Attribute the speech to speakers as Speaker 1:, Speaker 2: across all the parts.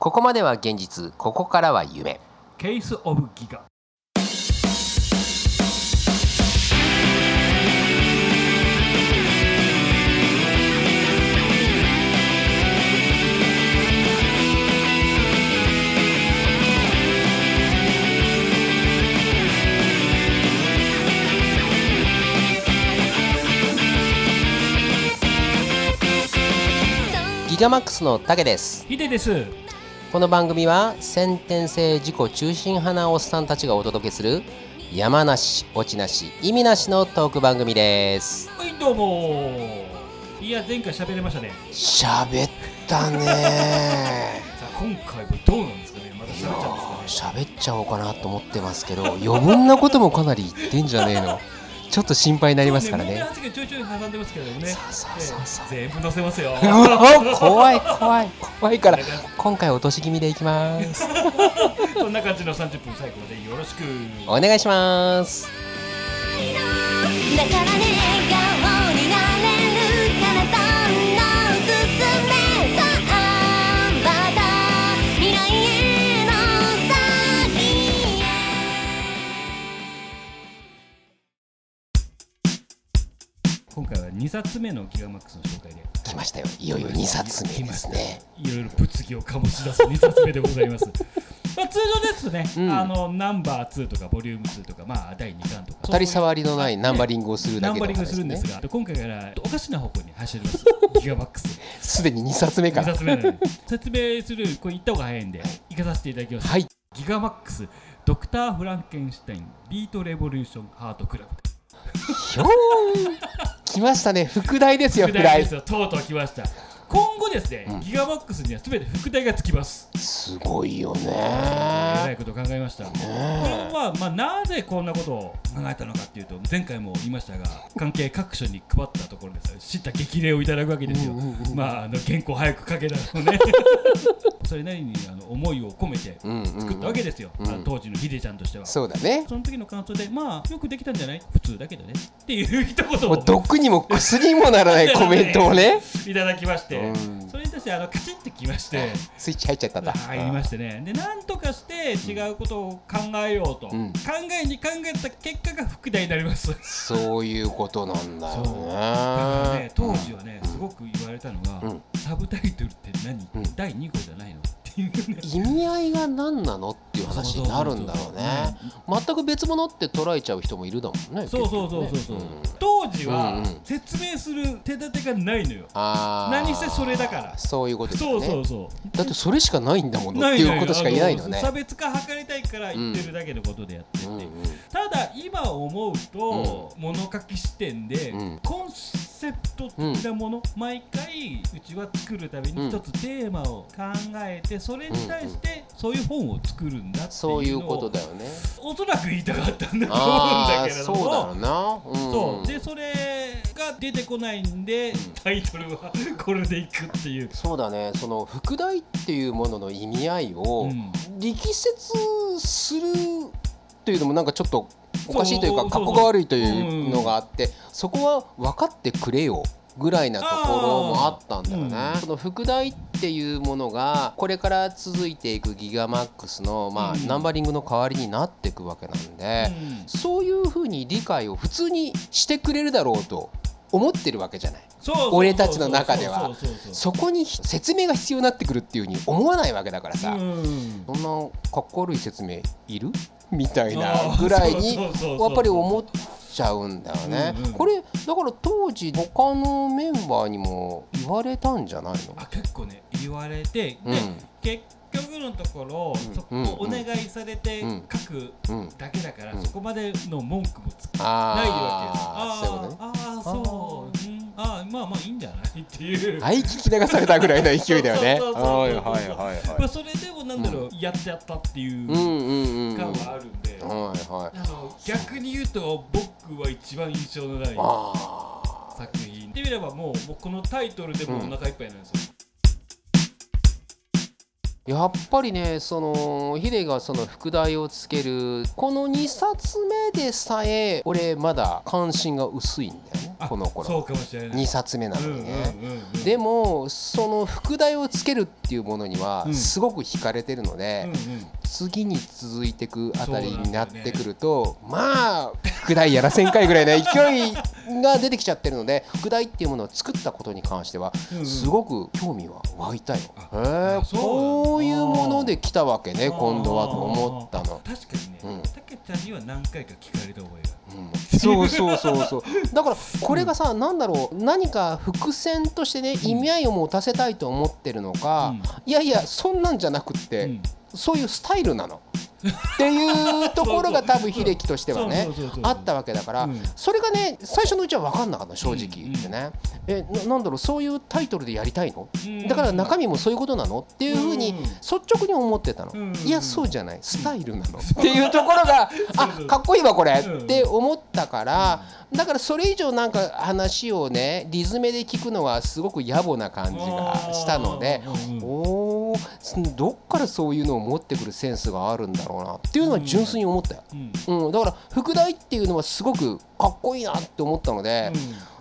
Speaker 1: ここまでは現実ここからは夢
Speaker 2: ケース・オブ・ギガ
Speaker 1: ギガマックスのタケです
Speaker 2: ヒデです
Speaker 1: この番組は先天性自己中心派なおっさんたちがお届けする山なし落ちなし意味なしのトーク番組です
Speaker 2: はいどうもいや前回喋れましたね
Speaker 1: 喋ったね
Speaker 2: さあ今回もどうなんですかねまた喋っ
Speaker 1: い
Speaker 2: ち
Speaker 1: や
Speaker 2: ゃうんですかね
Speaker 1: ー喋っちゃおうかなと思ってますけど余分なこともかなり言ってんじゃねえのちょっと心配になりますから
Speaker 2: そう
Speaker 1: ね
Speaker 2: 問題発言ちょいちょい挟んでますけどね
Speaker 1: そうそうそうそう
Speaker 2: ええ全部載 せますよ
Speaker 1: うわ 怖い怖い怖いから今回落とし気味でいきます
Speaker 2: そんな感じの30分最後までよろしく
Speaker 1: お願いします
Speaker 3: だからね笑顔になれるからどんどん進めさあまた未来への先
Speaker 2: 今回は2冊目のギガマックスの紹介で
Speaker 1: 来ましたよいよいよ2冊目ですね
Speaker 2: いろいろ物議を醸し出す2冊目でございます まあ通常ですとね、
Speaker 1: うん
Speaker 2: あのナンバー2とかボリューム2とかまあ第2巻とか
Speaker 1: 当たり障りのないナンバリングをするだ
Speaker 2: ナ
Speaker 1: けの
Speaker 2: ンバリング
Speaker 1: 話
Speaker 2: するんで
Speaker 1: ね
Speaker 2: すが、今回から おかしな方向に走ります。 ギガマックス。
Speaker 1: すでに2冊目か
Speaker 2: 2
Speaker 1: ら
Speaker 2: 冊目なので説明する、これ言った方が早いんで、行かさせていただきます。
Speaker 1: はい
Speaker 2: ギガマックス、ドクター・フランケンシュタイン、ビート・レボリューション・ハート・クラブ。
Speaker 1: ひょーん来ましたね副題ですよ副題
Speaker 2: ですよ、とうとう来ました。今後ですね、ギガマックスには全て副題がつきます。
Speaker 1: すごいよ
Speaker 2: えらい
Speaker 1: ね
Speaker 2: ことを考えました。これは、まあ、なぜこんなことを考えたのかっていうと、前回も言いましたが、関係各所に配ったところです。知った激励をいただくわけですよ。まあ、あの原稿早く書けたの ね。それなりにあの思いを込めて
Speaker 1: うんうんうん
Speaker 2: 作ったわけですよ。
Speaker 1: うん
Speaker 2: あの当時のヒデちゃんとしては。そ
Speaker 1: そうだね
Speaker 2: の時の感想で、まあ、よくできたんじゃない普通だけどね。っていう一言
Speaker 1: もう
Speaker 2: を。
Speaker 1: 毒にも薬にもならないコメントをね
Speaker 2: いただきまして、
Speaker 1: うん
Speaker 2: それに対してあのカチッてきまして、
Speaker 1: スイッチ入っちゃったんだ
Speaker 2: 入りましてねでなんとかして違うことを考えようと、
Speaker 1: うん
Speaker 2: 考えに考えた結果が副題になります、
Speaker 1: そういうことなんだよ
Speaker 2: そうだからね
Speaker 1: ね
Speaker 2: 当時はね、すごく言われたのが、
Speaker 1: うん
Speaker 2: サブタイトルって何、
Speaker 1: うん
Speaker 2: 第2号じゃないのっていうね
Speaker 1: 意味合いが何なのっていう話になるんだろうね全く別物って捉えちゃう人もいるだもんね
Speaker 2: そうそうそうそう
Speaker 1: 結
Speaker 2: そう、
Speaker 1: 局ねん
Speaker 2: 当時
Speaker 1: う
Speaker 2: は
Speaker 1: んうん
Speaker 2: 説明する手立てがないのよ、
Speaker 1: あー
Speaker 2: 何せそれだから
Speaker 1: そういうことだ
Speaker 2: そ
Speaker 1: よ
Speaker 2: う
Speaker 1: ね
Speaker 2: そうそう
Speaker 1: だってそれしかないんだものっていうことしかいないの
Speaker 2: あ
Speaker 1: ね
Speaker 2: 差別化図りたいから言ってるだけのことでやってて、
Speaker 1: うんうん
Speaker 2: ただ今思うと、物書き視点で、
Speaker 1: うん
Speaker 2: コンセプト的なもの、毎回うちは作るため
Speaker 1: うん
Speaker 2: に一つテーマを考えて、それに対してそういう本を作るんだって
Speaker 1: そう
Speaker 2: い
Speaker 1: いうう
Speaker 2: の
Speaker 1: こ
Speaker 2: を
Speaker 1: とだよね
Speaker 2: おそらく言いたかったんだと思うん
Speaker 1: あ
Speaker 2: だ
Speaker 1: あ
Speaker 2: けれ
Speaker 1: そ
Speaker 2: ど
Speaker 1: う
Speaker 2: も。
Speaker 1: だろうなうん
Speaker 2: そうでそれが出てこないんで、タイトルはこれでいくっていう
Speaker 1: そうだねその副題っていうものの意味合いを
Speaker 2: うん
Speaker 1: 力説するっていうのもなんかちょっとおかしいというか
Speaker 2: そう
Speaker 1: 格好
Speaker 2: そう
Speaker 1: が
Speaker 2: そう
Speaker 1: 悪いというのがあってそこは分かってくれよぐらいなところもあったんだよね
Speaker 2: あ。ーうん
Speaker 1: その副題っていうものがこれから続いていくギガマックスのまあ
Speaker 2: うん
Speaker 1: ナンバリングの代わりになっていくわけなんで
Speaker 2: うん
Speaker 1: そういうふうに理解を普通にしてくれるだろうと思ってるわけじゃない。
Speaker 2: そうそうそう
Speaker 1: 俺たちの中では
Speaker 2: そうそうそうそ
Speaker 1: そこに説明が必要になってくるっていうふうに思わないわけだからさ。
Speaker 2: ううん
Speaker 1: そんなかっこ悪い説明いるみたい
Speaker 2: あ
Speaker 1: な
Speaker 2: ー
Speaker 1: ぐらいに
Speaker 2: そ
Speaker 1: や
Speaker 2: うそうそうそう
Speaker 1: っぱり思っちゃうんだよね
Speaker 2: うんうん。
Speaker 1: これだから当時他のメンバーにも言われたんじゃないの
Speaker 2: あ結構ね言われて、
Speaker 1: うん
Speaker 2: で結局のところ、
Speaker 1: うん
Speaker 2: そこをお願いされて
Speaker 1: うん
Speaker 2: 書く
Speaker 1: うん、
Speaker 2: だけだから、
Speaker 1: うん
Speaker 2: そこまでの文句もつないわけです
Speaker 1: ああそういうことね。
Speaker 2: あーあーそううんあーまあまあいいんじゃないっていう、
Speaker 1: はい聞き流されたぐらいの勢いだよね。
Speaker 2: そうそうそうそう
Speaker 1: はいはいはい
Speaker 2: ま
Speaker 1: は
Speaker 2: あ、
Speaker 1: い。
Speaker 2: それでもなんだろう、やってやったっていう
Speaker 1: うんうんうん。
Speaker 2: 感
Speaker 1: はい
Speaker 2: はあるんで、
Speaker 1: は
Speaker 2: あ
Speaker 1: い。
Speaker 2: の逆に言うと僕は一番印象のない
Speaker 1: ああ。
Speaker 2: 作品言ってみればもうもうこのタイトルでもうお腹いっぱいなんですよ、
Speaker 1: やっぱりねそのヒデがその副題をつけるこの2冊目でさえ俺まだ関心が薄いんだよねねこの
Speaker 2: そ
Speaker 1: 頃
Speaker 2: うかもしれない
Speaker 1: 2冊目な
Speaker 2: う
Speaker 1: の
Speaker 2: んうん
Speaker 1: にね、
Speaker 2: うんうん
Speaker 1: でもその副題をつけるっていうものには
Speaker 2: うん
Speaker 1: すごく惹かれてるので、
Speaker 2: うんうん
Speaker 1: 次に続いてくあたり
Speaker 2: そうなんだよね
Speaker 1: になってくると、まあ副題やらせんかいぐらいの勢いが出てきちゃってるので副題っていうものを作ったことに関しては
Speaker 2: うんうん
Speaker 1: すごく興味は湧いたよ。
Speaker 2: あ
Speaker 1: へえ
Speaker 2: あそうなんだ
Speaker 1: こういうもので来たわけね今度はと思ったの
Speaker 2: あ。ー確かにね、
Speaker 1: うん
Speaker 2: たけちゃんには何回か聞かれた覚えが
Speaker 1: うんそうそうそうそうだからこれがさ何だろう何か伏線としてね意味合いを持たせたいと思ってるのか、いやいやそんなんじゃなくっ
Speaker 2: あ
Speaker 1: て、
Speaker 2: る、うん
Speaker 1: そういうスタイルなのっていうところが多分秀樹としてはね
Speaker 2: そうそうそうそう
Speaker 1: あったわけだから、
Speaker 2: うん
Speaker 1: それがね最初のうちは分かんなかった正直言ってね、えななんだろうそういうタイトルでやりたいの
Speaker 2: うん
Speaker 1: だから中身もそういうことなのっていうふうに
Speaker 2: うん
Speaker 1: 率直に思ってたの、
Speaker 2: うん
Speaker 1: いやそうじゃないスタイルなの、っていうところが
Speaker 2: そうそ
Speaker 1: あ
Speaker 2: う
Speaker 1: かっこいいわこれ、
Speaker 2: う
Speaker 1: っ
Speaker 2: ん
Speaker 1: て思ったからだからそれ以上なんか話をねリズメで聞くのはすごく野暮な感じがしたので
Speaker 2: あーうんうん
Speaker 1: おおどっからそういうのを持ってくるセンスがあるんだろうなっていうのは純粋に思ったよ。
Speaker 2: うん
Speaker 1: うん、だから副題っていうのはすごくかっこいいなって思ったので、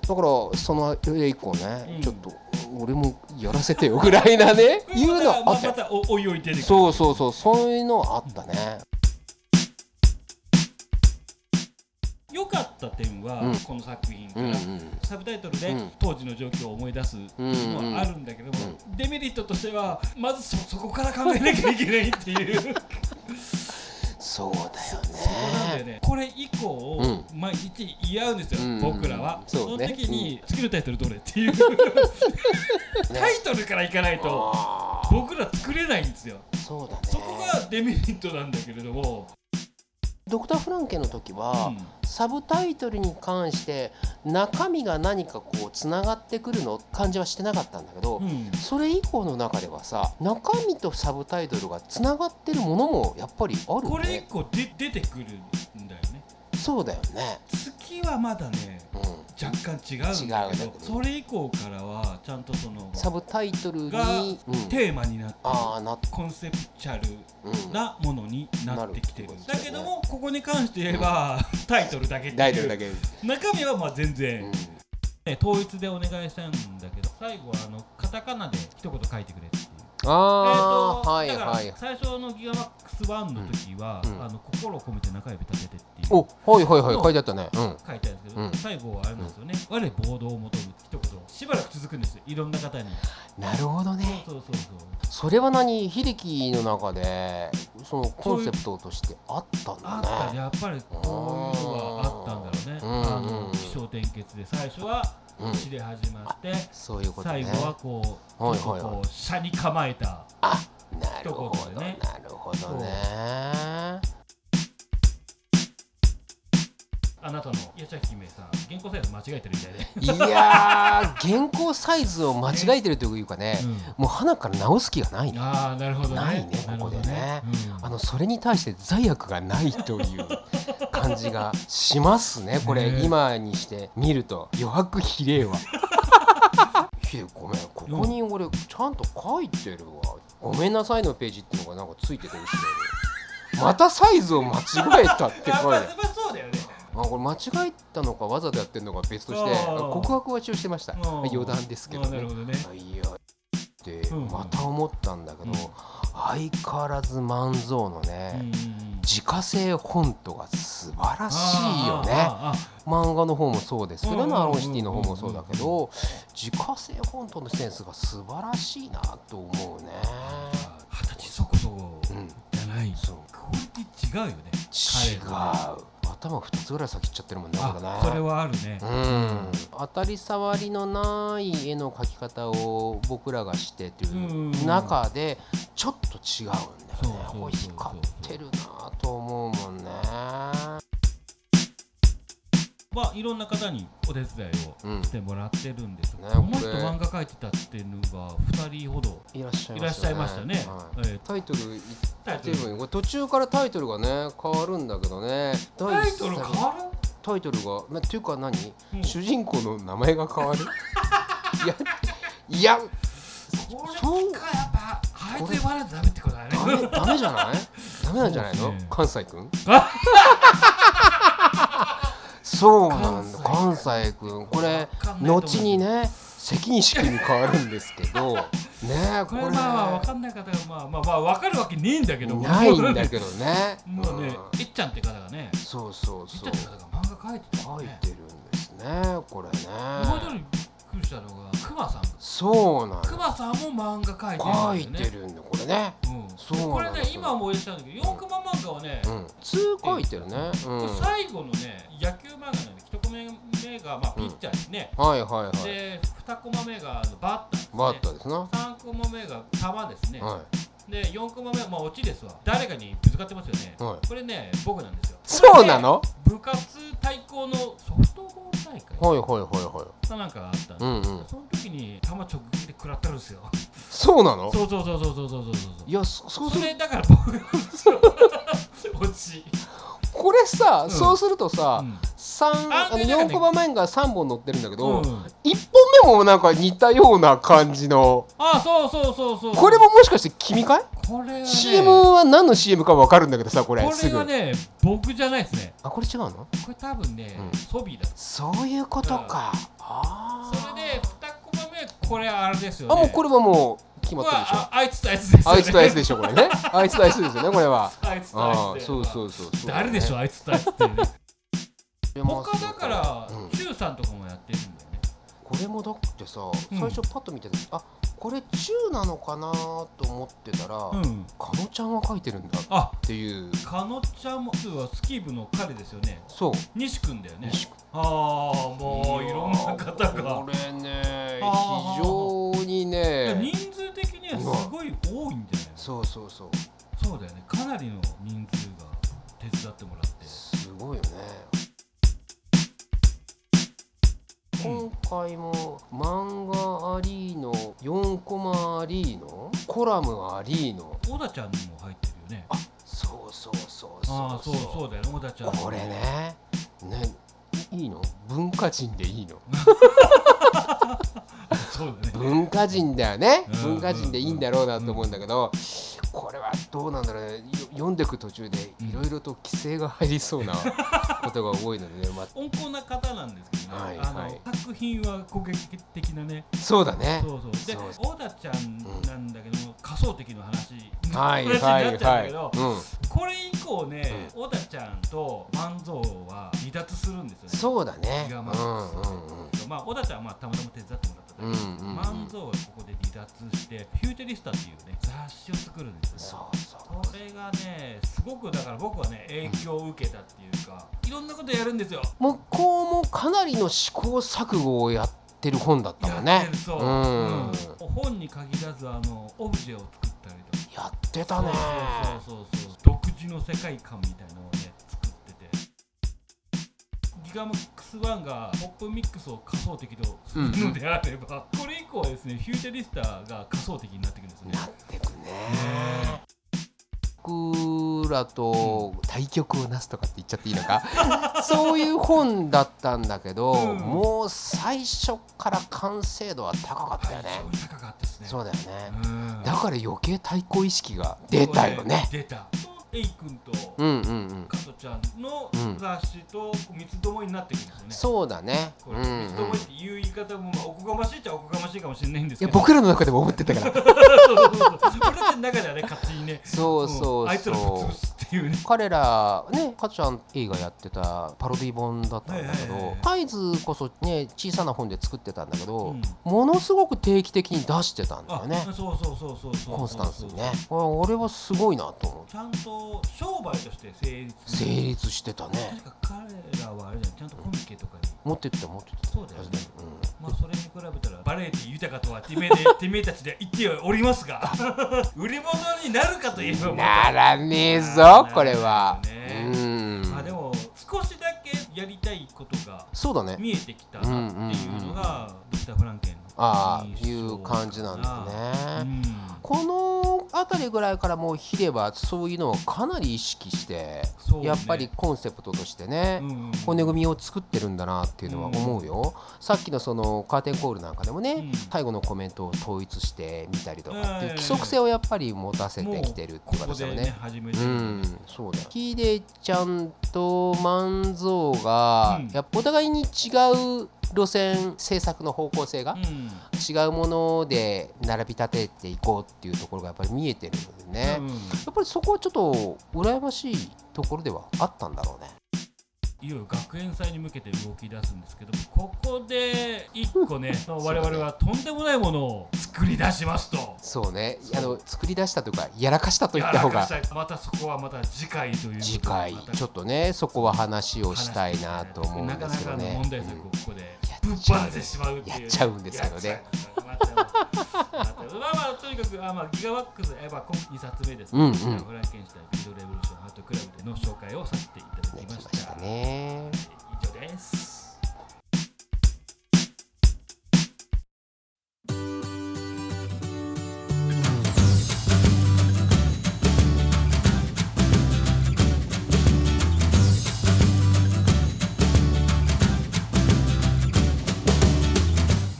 Speaker 1: だからその絵以降ね、
Speaker 2: うん
Speaker 1: ちょっと俺もやらせてよぐらいな ね
Speaker 2: うん
Speaker 1: いうのはあ
Speaker 2: ま
Speaker 1: った
Speaker 2: たま
Speaker 1: よ
Speaker 2: たおおいおい出てくる
Speaker 1: そうそうそうそういうのはあったね
Speaker 2: 良かった点は、
Speaker 1: うん
Speaker 2: この作品か
Speaker 1: う
Speaker 2: ら、
Speaker 1: んうん
Speaker 2: サブタイトルで、
Speaker 1: うん
Speaker 2: 当時の状況を思い出すのはあるんだけども、デメリットとしてはまずそ そこから考えなきゃいけないっていう
Speaker 1: そ
Speaker 2: そう
Speaker 1: うだよ
Speaker 2: なんだよ
Speaker 1: ね
Speaker 2: ねこれ以降、
Speaker 1: う
Speaker 2: 毎日言い合うんですよ、
Speaker 1: うん
Speaker 2: 僕らは、
Speaker 1: そう
Speaker 2: その
Speaker 1: ね
Speaker 2: 時に、次のタイトルどれっ ていうタイトルからいかないと
Speaker 1: ああ
Speaker 2: 僕ら作れないんですよ
Speaker 1: そうだね
Speaker 2: そこがデメリットなんだけれども、
Speaker 1: ドクターフランケの時は、
Speaker 2: うん
Speaker 1: サブタイトルに関して中身が何かこうつながってくるの感じはしてなかったんだけど、
Speaker 2: うん
Speaker 1: それ以降の中ではさ中身とサブタイトルがつながってるものもやっぱりある
Speaker 2: こ
Speaker 1: よ
Speaker 2: れ以
Speaker 1: ね
Speaker 2: 降で出てくるんだよね
Speaker 1: そうだよね、
Speaker 2: 月はまだね
Speaker 1: う
Speaker 2: 若干違うんだけど
Speaker 1: 違うんだけど
Speaker 2: それ以降からはちゃんとその
Speaker 1: ん、サブタイトルに、うん、
Speaker 2: がテーマになって
Speaker 1: ああなって、
Speaker 2: コンセプチャル
Speaker 1: うん、
Speaker 2: なものになってきてる
Speaker 1: なる
Speaker 2: だけどもここに関して言えばタイトルだけっていう
Speaker 1: タイトルだけ、
Speaker 2: 中身はまあ全然、
Speaker 1: うん
Speaker 2: ね統一でお願いしたんだけど最後はあのカタカナで一言書いてくれっていう
Speaker 1: あ
Speaker 2: えーと
Speaker 1: あ、はい
Speaker 2: だから
Speaker 1: はい
Speaker 2: 最初のギガマックス1の時は、
Speaker 1: うんうん
Speaker 2: あの心を込めて中指立ててっていう
Speaker 1: おはいはいはい書いてあったねうん
Speaker 2: 書いてあるんですけど、
Speaker 1: うん
Speaker 2: 最後はあれなんですよね、我暴動を求む一言しばらく続くんですよいろんな方に
Speaker 1: なるほどね
Speaker 2: そうそうそう
Speaker 1: それは何秀樹の中でそのコンセプトとしてあったんだ
Speaker 2: あ
Speaker 1: ね
Speaker 2: ったやっぱりこういうのはあったんだろうね、
Speaker 1: うん
Speaker 2: あ
Speaker 1: う
Speaker 2: の
Speaker 1: ん
Speaker 2: 起承転結で最初は
Speaker 1: うん
Speaker 2: 血で始まって、
Speaker 1: そういうこと
Speaker 2: 最
Speaker 1: ね
Speaker 2: 後はこう、
Speaker 1: はい
Speaker 2: ちょ
Speaker 1: は
Speaker 2: っ
Speaker 1: い
Speaker 2: と
Speaker 1: はい
Speaker 2: こう車に構えた
Speaker 1: あなるほ
Speaker 2: 一
Speaker 1: ど、
Speaker 2: 言でね
Speaker 1: なるほどね
Speaker 2: あなたの八千姫さん原稿サイズ間違えてるみたい
Speaker 1: い
Speaker 2: で、
Speaker 1: やー原稿サイズを間違えてるというかね、もう花から直す気がないね
Speaker 2: ああなるほどね
Speaker 1: ないね
Speaker 2: なるほ
Speaker 1: こ
Speaker 2: ど
Speaker 1: こでね
Speaker 2: うん
Speaker 1: あのそれに対して罪悪がないという感じがしますねこれ、
Speaker 2: ね
Speaker 1: 今にして見ると余白比例は ひでごめんここに俺ちゃんと書いてるわ「ごめんなさい」のページっていうのがなんかついてて後ろにまたサイズを間違えたって
Speaker 2: やっ
Speaker 1: 書いてあ
Speaker 2: ぱ
Speaker 1: る
Speaker 2: やっぱそうだよね
Speaker 1: まあ、これ間違えたのかわざとやってるのか別として
Speaker 2: あー
Speaker 1: 告白は一応してました
Speaker 2: うん
Speaker 1: 余談ですけど
Speaker 2: あーな
Speaker 1: ね
Speaker 2: るほどね
Speaker 1: いやって
Speaker 2: うん
Speaker 1: また思ったんだけど、
Speaker 2: うん
Speaker 1: 相変わらず万蔵のね、
Speaker 2: うんうんうん
Speaker 1: 自家製フォントが素晴らしいよ
Speaker 2: あ
Speaker 1: ね
Speaker 2: あああ
Speaker 1: 漫画の方もそうですけど、
Speaker 2: うんうんうんうん
Speaker 1: アロンシティの方もそうだけど自家製フォントのセンスが素晴らしいなと思うね
Speaker 2: 二十歳そこそこ
Speaker 1: うん
Speaker 2: じゃない、
Speaker 1: そう
Speaker 2: クオリティ違うよね
Speaker 1: 違
Speaker 2: 彼
Speaker 1: う
Speaker 2: の
Speaker 1: 頭二つぐらい先行っちゃってるもんねこれね
Speaker 2: あそれはあるね
Speaker 1: うん、当たり障りのない絵の描き方を僕らがしてという中でちょっと違うんだよね
Speaker 2: そうそうそうそう
Speaker 1: これ光ってるなと思うもんね
Speaker 2: まあいろんな方にお手伝い
Speaker 1: うん
Speaker 2: をしてもらってるんです、
Speaker 1: ね
Speaker 2: この人
Speaker 1: これ
Speaker 2: 漫画描いてたっていうのが2人ほど
Speaker 1: いらっしゃい
Speaker 2: い
Speaker 1: ま
Speaker 2: らっ
Speaker 1: した
Speaker 2: しゃ
Speaker 1: ね
Speaker 2: いましたね
Speaker 1: はい
Speaker 2: えー
Speaker 1: タイトル言
Speaker 2: タイ
Speaker 1: っ
Speaker 2: ト
Speaker 1: て
Speaker 2: ル
Speaker 1: るのにこれ途中からタイトルがね変わるんだけどね
Speaker 2: タイトル変
Speaker 1: 第一作
Speaker 2: わ
Speaker 1: タイトルがなっていうか何、
Speaker 2: うん
Speaker 1: 主人公の名前が変わる いやいや
Speaker 2: るこれ
Speaker 1: そう
Speaker 2: がやっぱあいつ言わないとダメってことだね
Speaker 1: ダメダメじゃないダメなんじゃない
Speaker 2: そう
Speaker 1: の、
Speaker 2: ですね
Speaker 1: 関西くん
Speaker 2: あ
Speaker 1: そうなんだ関
Speaker 2: 関
Speaker 1: 西君これ
Speaker 2: わかんないと思う
Speaker 1: 後にね関西君に変わるんですけ どねえ
Speaker 2: こ
Speaker 1: こ
Speaker 2: れ
Speaker 1: れ
Speaker 2: まあまあ分かんない方がまあまあまあ分かるわけねえんだけど
Speaker 1: ないんだけどね
Speaker 2: もうね
Speaker 1: うん
Speaker 2: えっちゃんって方がね
Speaker 1: そうそう
Speaker 2: えっち
Speaker 1: そ
Speaker 2: ゃん
Speaker 1: う
Speaker 2: って方が漫画描いてたも
Speaker 1: 書
Speaker 2: ん
Speaker 1: い
Speaker 2: ね
Speaker 1: てるんですねこれね
Speaker 2: もう一人びっくりしたのがクマさん
Speaker 1: そうなん
Speaker 2: ク
Speaker 1: だ
Speaker 2: マさんも漫画
Speaker 1: 書
Speaker 2: 描い
Speaker 1: い
Speaker 2: てる
Speaker 1: てる
Speaker 2: んだよね
Speaker 1: んだこれね
Speaker 2: うん
Speaker 1: そうなの
Speaker 2: これね今思い出したんだけど4クマ漫画はね、
Speaker 1: うん通書いてるねうん
Speaker 2: これ最後のね野球漫画なんで1コマ目がまあ
Speaker 1: う
Speaker 2: ピ
Speaker 1: ん
Speaker 2: ッチャーですね、
Speaker 1: はいはいはい
Speaker 2: で2コマ目があのバッターですね
Speaker 1: バッターですな
Speaker 2: 3コマ目が球ですね、
Speaker 1: はい
Speaker 2: で4コマ目はまあ落ちですわ誰かにぶつかってますよね、
Speaker 1: はい
Speaker 2: これね僕なんですよ
Speaker 1: そうなの
Speaker 2: 部活対抗のソフトボール大会
Speaker 1: はいはいはいはい
Speaker 2: かなんかがあったんで
Speaker 1: うんうん
Speaker 2: その時に球直撃で食らってるんですよ
Speaker 1: そうなの
Speaker 2: そうそうそうそうそうそうそうそう
Speaker 1: いやそそうす
Speaker 2: そ
Speaker 1: る
Speaker 2: れだから僕が 落ち、
Speaker 1: これさ
Speaker 2: ん
Speaker 1: そうすると
Speaker 2: う
Speaker 1: さ
Speaker 2: ん
Speaker 1: 三
Speaker 2: あ
Speaker 1: あの
Speaker 2: でなんか
Speaker 1: 4
Speaker 2: ね
Speaker 1: コマ漫画3本載ってるんだけ
Speaker 2: う
Speaker 1: ど
Speaker 2: ん
Speaker 1: 1本目もなんか似たような感じの
Speaker 2: あそうそうそうそう
Speaker 1: これももしかして君かい
Speaker 2: これはね
Speaker 1: CM は何の CM かわかるんだけどさこれ
Speaker 2: こ
Speaker 1: す
Speaker 2: れ
Speaker 1: ぐ
Speaker 2: はね僕じゃないですね
Speaker 1: あこれ違うの
Speaker 2: これ多分ね、
Speaker 1: うん
Speaker 2: ソビーだ
Speaker 1: そういうことかあ
Speaker 2: それで2コマ目これあれですよ
Speaker 1: あ
Speaker 2: ね
Speaker 1: もうこれはもう決ま
Speaker 2: こ
Speaker 1: っ
Speaker 2: れ
Speaker 1: てるでしょ
Speaker 2: はああいつとあいつですよね
Speaker 1: あいつとあいつでしょこれ ねあいつとあいつですよねこれは
Speaker 2: あいつと
Speaker 1: あ
Speaker 2: あい
Speaker 1: あ
Speaker 2: つ
Speaker 1: そうそううそうそう
Speaker 2: 誰でしょあいつとあいつってね 他だから
Speaker 1: うん
Speaker 2: 中さんとかもやってるんだよね
Speaker 1: これもだってさ
Speaker 2: ん
Speaker 1: 最初パッと見てあこれ中なのかなと思ってたら
Speaker 2: うん
Speaker 1: かのちゃんが書いてるんだっ
Speaker 2: あ
Speaker 1: ていう
Speaker 2: かのちゃんも普通はスキー部の彼ですよね
Speaker 1: そう
Speaker 2: 西くんだよね
Speaker 1: 西君
Speaker 2: ああもういろんな方
Speaker 1: こ
Speaker 2: が
Speaker 1: れね
Speaker 2: あー
Speaker 1: 非常に
Speaker 2: いや
Speaker 1: ね
Speaker 2: 人数的にはすごい多いんじゃないの
Speaker 1: そうそうそう
Speaker 2: そうだよねかなりの人数が手伝ってもらって
Speaker 1: すごいよね今回も漫画ありの4コマありのコラムありの
Speaker 2: 小田ちゃんにも入ってるよね
Speaker 1: あそうそうそう
Speaker 2: あ
Speaker 1: そ
Speaker 2: あ
Speaker 1: う
Speaker 2: そうそうだよね小田ちゃん
Speaker 1: これねねいいの文化人でい いの
Speaker 2: そうだね
Speaker 1: 文化人だよね
Speaker 2: うん
Speaker 1: 文化人でいいんだろうなと思うんだけどこれはどうなんだろうねよ読んでいく途中で
Speaker 2: うん
Speaker 1: いろいろと規制が入りそうなことが多いのでね、ま
Speaker 2: 温厚な方なんですけどね、
Speaker 1: はい
Speaker 2: あの
Speaker 1: はい
Speaker 2: 作品は攻撃的なね
Speaker 1: あ、そうだね
Speaker 2: そうそうで
Speaker 1: そう
Speaker 2: 小田ちゃんなんだけども、仮想的の話
Speaker 1: はい
Speaker 2: 話に
Speaker 1: は
Speaker 2: なっ
Speaker 1: い
Speaker 2: ちゃうん
Speaker 1: は
Speaker 2: だ
Speaker 1: い、
Speaker 2: けど、
Speaker 1: うん、
Speaker 2: これ以降ね、小田ちゃんと万蔵は離脱するんですよね
Speaker 1: そうだね
Speaker 2: ギ
Speaker 1: う
Speaker 2: ガ
Speaker 1: ん
Speaker 2: マ
Speaker 1: う
Speaker 2: ックス
Speaker 1: んうん
Speaker 2: まあ小田ちゃんはまあたまたま手伝ってもらっただけ
Speaker 1: うんうんうん
Speaker 2: 万蔵はここで離脱して「フューチャリスタ」っていうね雑誌を作るんです
Speaker 1: そ
Speaker 2: よ、ね
Speaker 1: うそう
Speaker 2: これがねすごくだから僕はね影響を受けたっていうかいろんなことやるんですよ
Speaker 1: 向こうもかなりの試行錯誤をやってる本だったもん
Speaker 2: やっ
Speaker 1: ね
Speaker 2: てるそう、
Speaker 1: うん
Speaker 2: うん本に限らずあのオブジェを作ったりとか
Speaker 1: やってたね
Speaker 2: そうそうそうそう独自の世界観みたいなのをね作っててギガマックス1がポップミックスを仮想的とするのであれば、これ以降はですねフューチャリスタが仮想的になってくるんですよね
Speaker 1: なってくね僕らと対局をなすとかって言っちゃっていいの かそういう本だったんだけど、
Speaker 2: うん
Speaker 1: もう最初から完成度は高かったよね
Speaker 2: はい非常に高かったですね
Speaker 1: そうだよね、
Speaker 2: うん
Speaker 1: だから余計対抗意識が出たよね
Speaker 2: 出たエイ君と
Speaker 1: うんうんうん
Speaker 2: 加トちゃんの
Speaker 1: うん
Speaker 2: 雑誌と三つどもえになってくるんですよね、
Speaker 1: そうだね
Speaker 2: こ
Speaker 1: うん、
Speaker 2: れ
Speaker 1: う
Speaker 2: 三つどもえ
Speaker 1: ん
Speaker 2: っていう言い方もまあおこがましいっちゃおこがましいかもしれないんです
Speaker 1: い
Speaker 2: け
Speaker 1: や
Speaker 2: ど
Speaker 1: 僕らの中でも思ってたから
Speaker 2: そうそうそうそう俺たちの中ではね勝手にね
Speaker 1: そうそうそう、
Speaker 2: んあいつらぶつぶすっていうね
Speaker 1: 彼らねかちゃん A がやってたパロディ本だったんだけ
Speaker 2: はいはい
Speaker 1: ど
Speaker 2: はい
Speaker 1: サイズこそね小さな本で作ってたんだけど、
Speaker 2: うん
Speaker 1: ものすごく定期的に出してたんだ
Speaker 2: あ
Speaker 1: よね
Speaker 2: そうそうそうそうそう
Speaker 1: コンスタンスにねこれ俺はすごいなと思う
Speaker 2: ちゃんと商売として成立
Speaker 1: 成立してたね
Speaker 2: 確か彼らはあれじゃんちゃんとコミケとかに
Speaker 1: 持ってった持ってった
Speaker 2: そうだよね
Speaker 1: うん
Speaker 2: まあそれに比べたらバレエティ豊かとはてめえ でてめえたちで言ってはおりますが 売り物になるかといえばま
Speaker 1: な
Speaker 2: た
Speaker 1: らねえ
Speaker 2: なら
Speaker 1: ぞ
Speaker 2: ないよね
Speaker 1: これは、うん
Speaker 2: まあでも少しだけやりたいことが
Speaker 1: そうだね
Speaker 2: 見えてきたなっていうのがドクター・フランケンの
Speaker 1: ああ
Speaker 2: いい
Speaker 1: いう感じなんだね。
Speaker 2: うん
Speaker 1: この辺りぐらいからもうヒデはそういうのをかなり意識して、
Speaker 2: そうね
Speaker 1: やっぱりコンセプトとしてね、
Speaker 2: うん
Speaker 1: 骨組みを作ってるんだなっていうのは思うよ、さっきのそのカーテンコールなんかでもね、
Speaker 2: うん
Speaker 1: 最後のコメントを統一してみたりとかっていう
Speaker 2: うん
Speaker 1: 規則性をやっぱり持たせてきてるっていう
Speaker 2: もうここ
Speaker 1: 形だ
Speaker 2: で
Speaker 1: もん
Speaker 2: ね
Speaker 1: ね。
Speaker 2: 始
Speaker 1: う
Speaker 2: めてるん
Speaker 1: ん
Speaker 2: で、
Speaker 1: そうだよヒデちゃんと万蔵が、
Speaker 2: うん
Speaker 1: やっぱお互いに違う路線政策の方向性が、
Speaker 2: うん
Speaker 1: 違うもので並び立てていこうっていうところがやっぱり見えてるのでね、
Speaker 2: う
Speaker 1: や
Speaker 2: ん
Speaker 1: っぱりそこはちょっと羨ましいところではあったんだろうね。
Speaker 2: いよいよ学園祭に向けて動き出すんですけどここで一個ねあの我々はとんでもないものを作り出しますと。
Speaker 1: そうね
Speaker 2: そう
Speaker 1: あの作り出したというかやらかしたと
Speaker 2: い
Speaker 1: 言っ
Speaker 2: や
Speaker 1: た
Speaker 2: ら
Speaker 1: 方
Speaker 2: か
Speaker 1: が
Speaker 2: したまたそこはまた次回ということで
Speaker 1: 次回
Speaker 2: また
Speaker 1: ちょっとねそこは話をしたいなと思うんで
Speaker 2: なかな
Speaker 1: すけ
Speaker 2: か
Speaker 1: ど
Speaker 2: の
Speaker 1: ね
Speaker 2: 問題作をここで
Speaker 1: うん
Speaker 2: ぶっ放してしまうっていう
Speaker 1: やっちゃうんですけどね
Speaker 2: やっちゃうまたまたまあまあとにかくあ、まあ、ギガワックスやっぱ今2冊目ですね、
Speaker 1: うんうん
Speaker 2: フランケンシュタインビートレボリューションハートクラブでの紹介をさせていただ
Speaker 1: で
Speaker 2: き
Speaker 1: き
Speaker 2: ま
Speaker 1: ま
Speaker 2: し
Speaker 1: したたね
Speaker 2: 以上です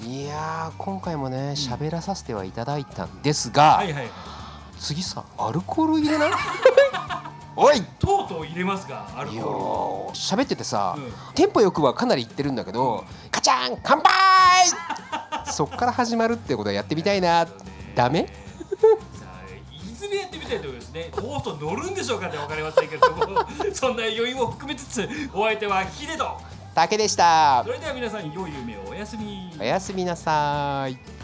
Speaker 1: いやー今回もね喋らさせてはいただいたんですが、
Speaker 2: はいはいはい
Speaker 1: 次さアルコール入れない おい
Speaker 2: とうとう入れますがアル
Speaker 1: い
Speaker 2: コ
Speaker 1: や
Speaker 2: ールを
Speaker 1: ー喋っててさ、
Speaker 2: うん
Speaker 1: テンポよくはかなりいってるんだけどカチャン乾杯 そっから始まるってことはやってみたいなダメ
Speaker 2: さあいずれやってみたいところですねとうとう乗るんでしょうかって分かりませんけれども そんな余韻を含めつつお相手はヒデと
Speaker 1: 竹でした
Speaker 2: それでは皆さん良い夢をおやすみ
Speaker 1: おやすみなさーい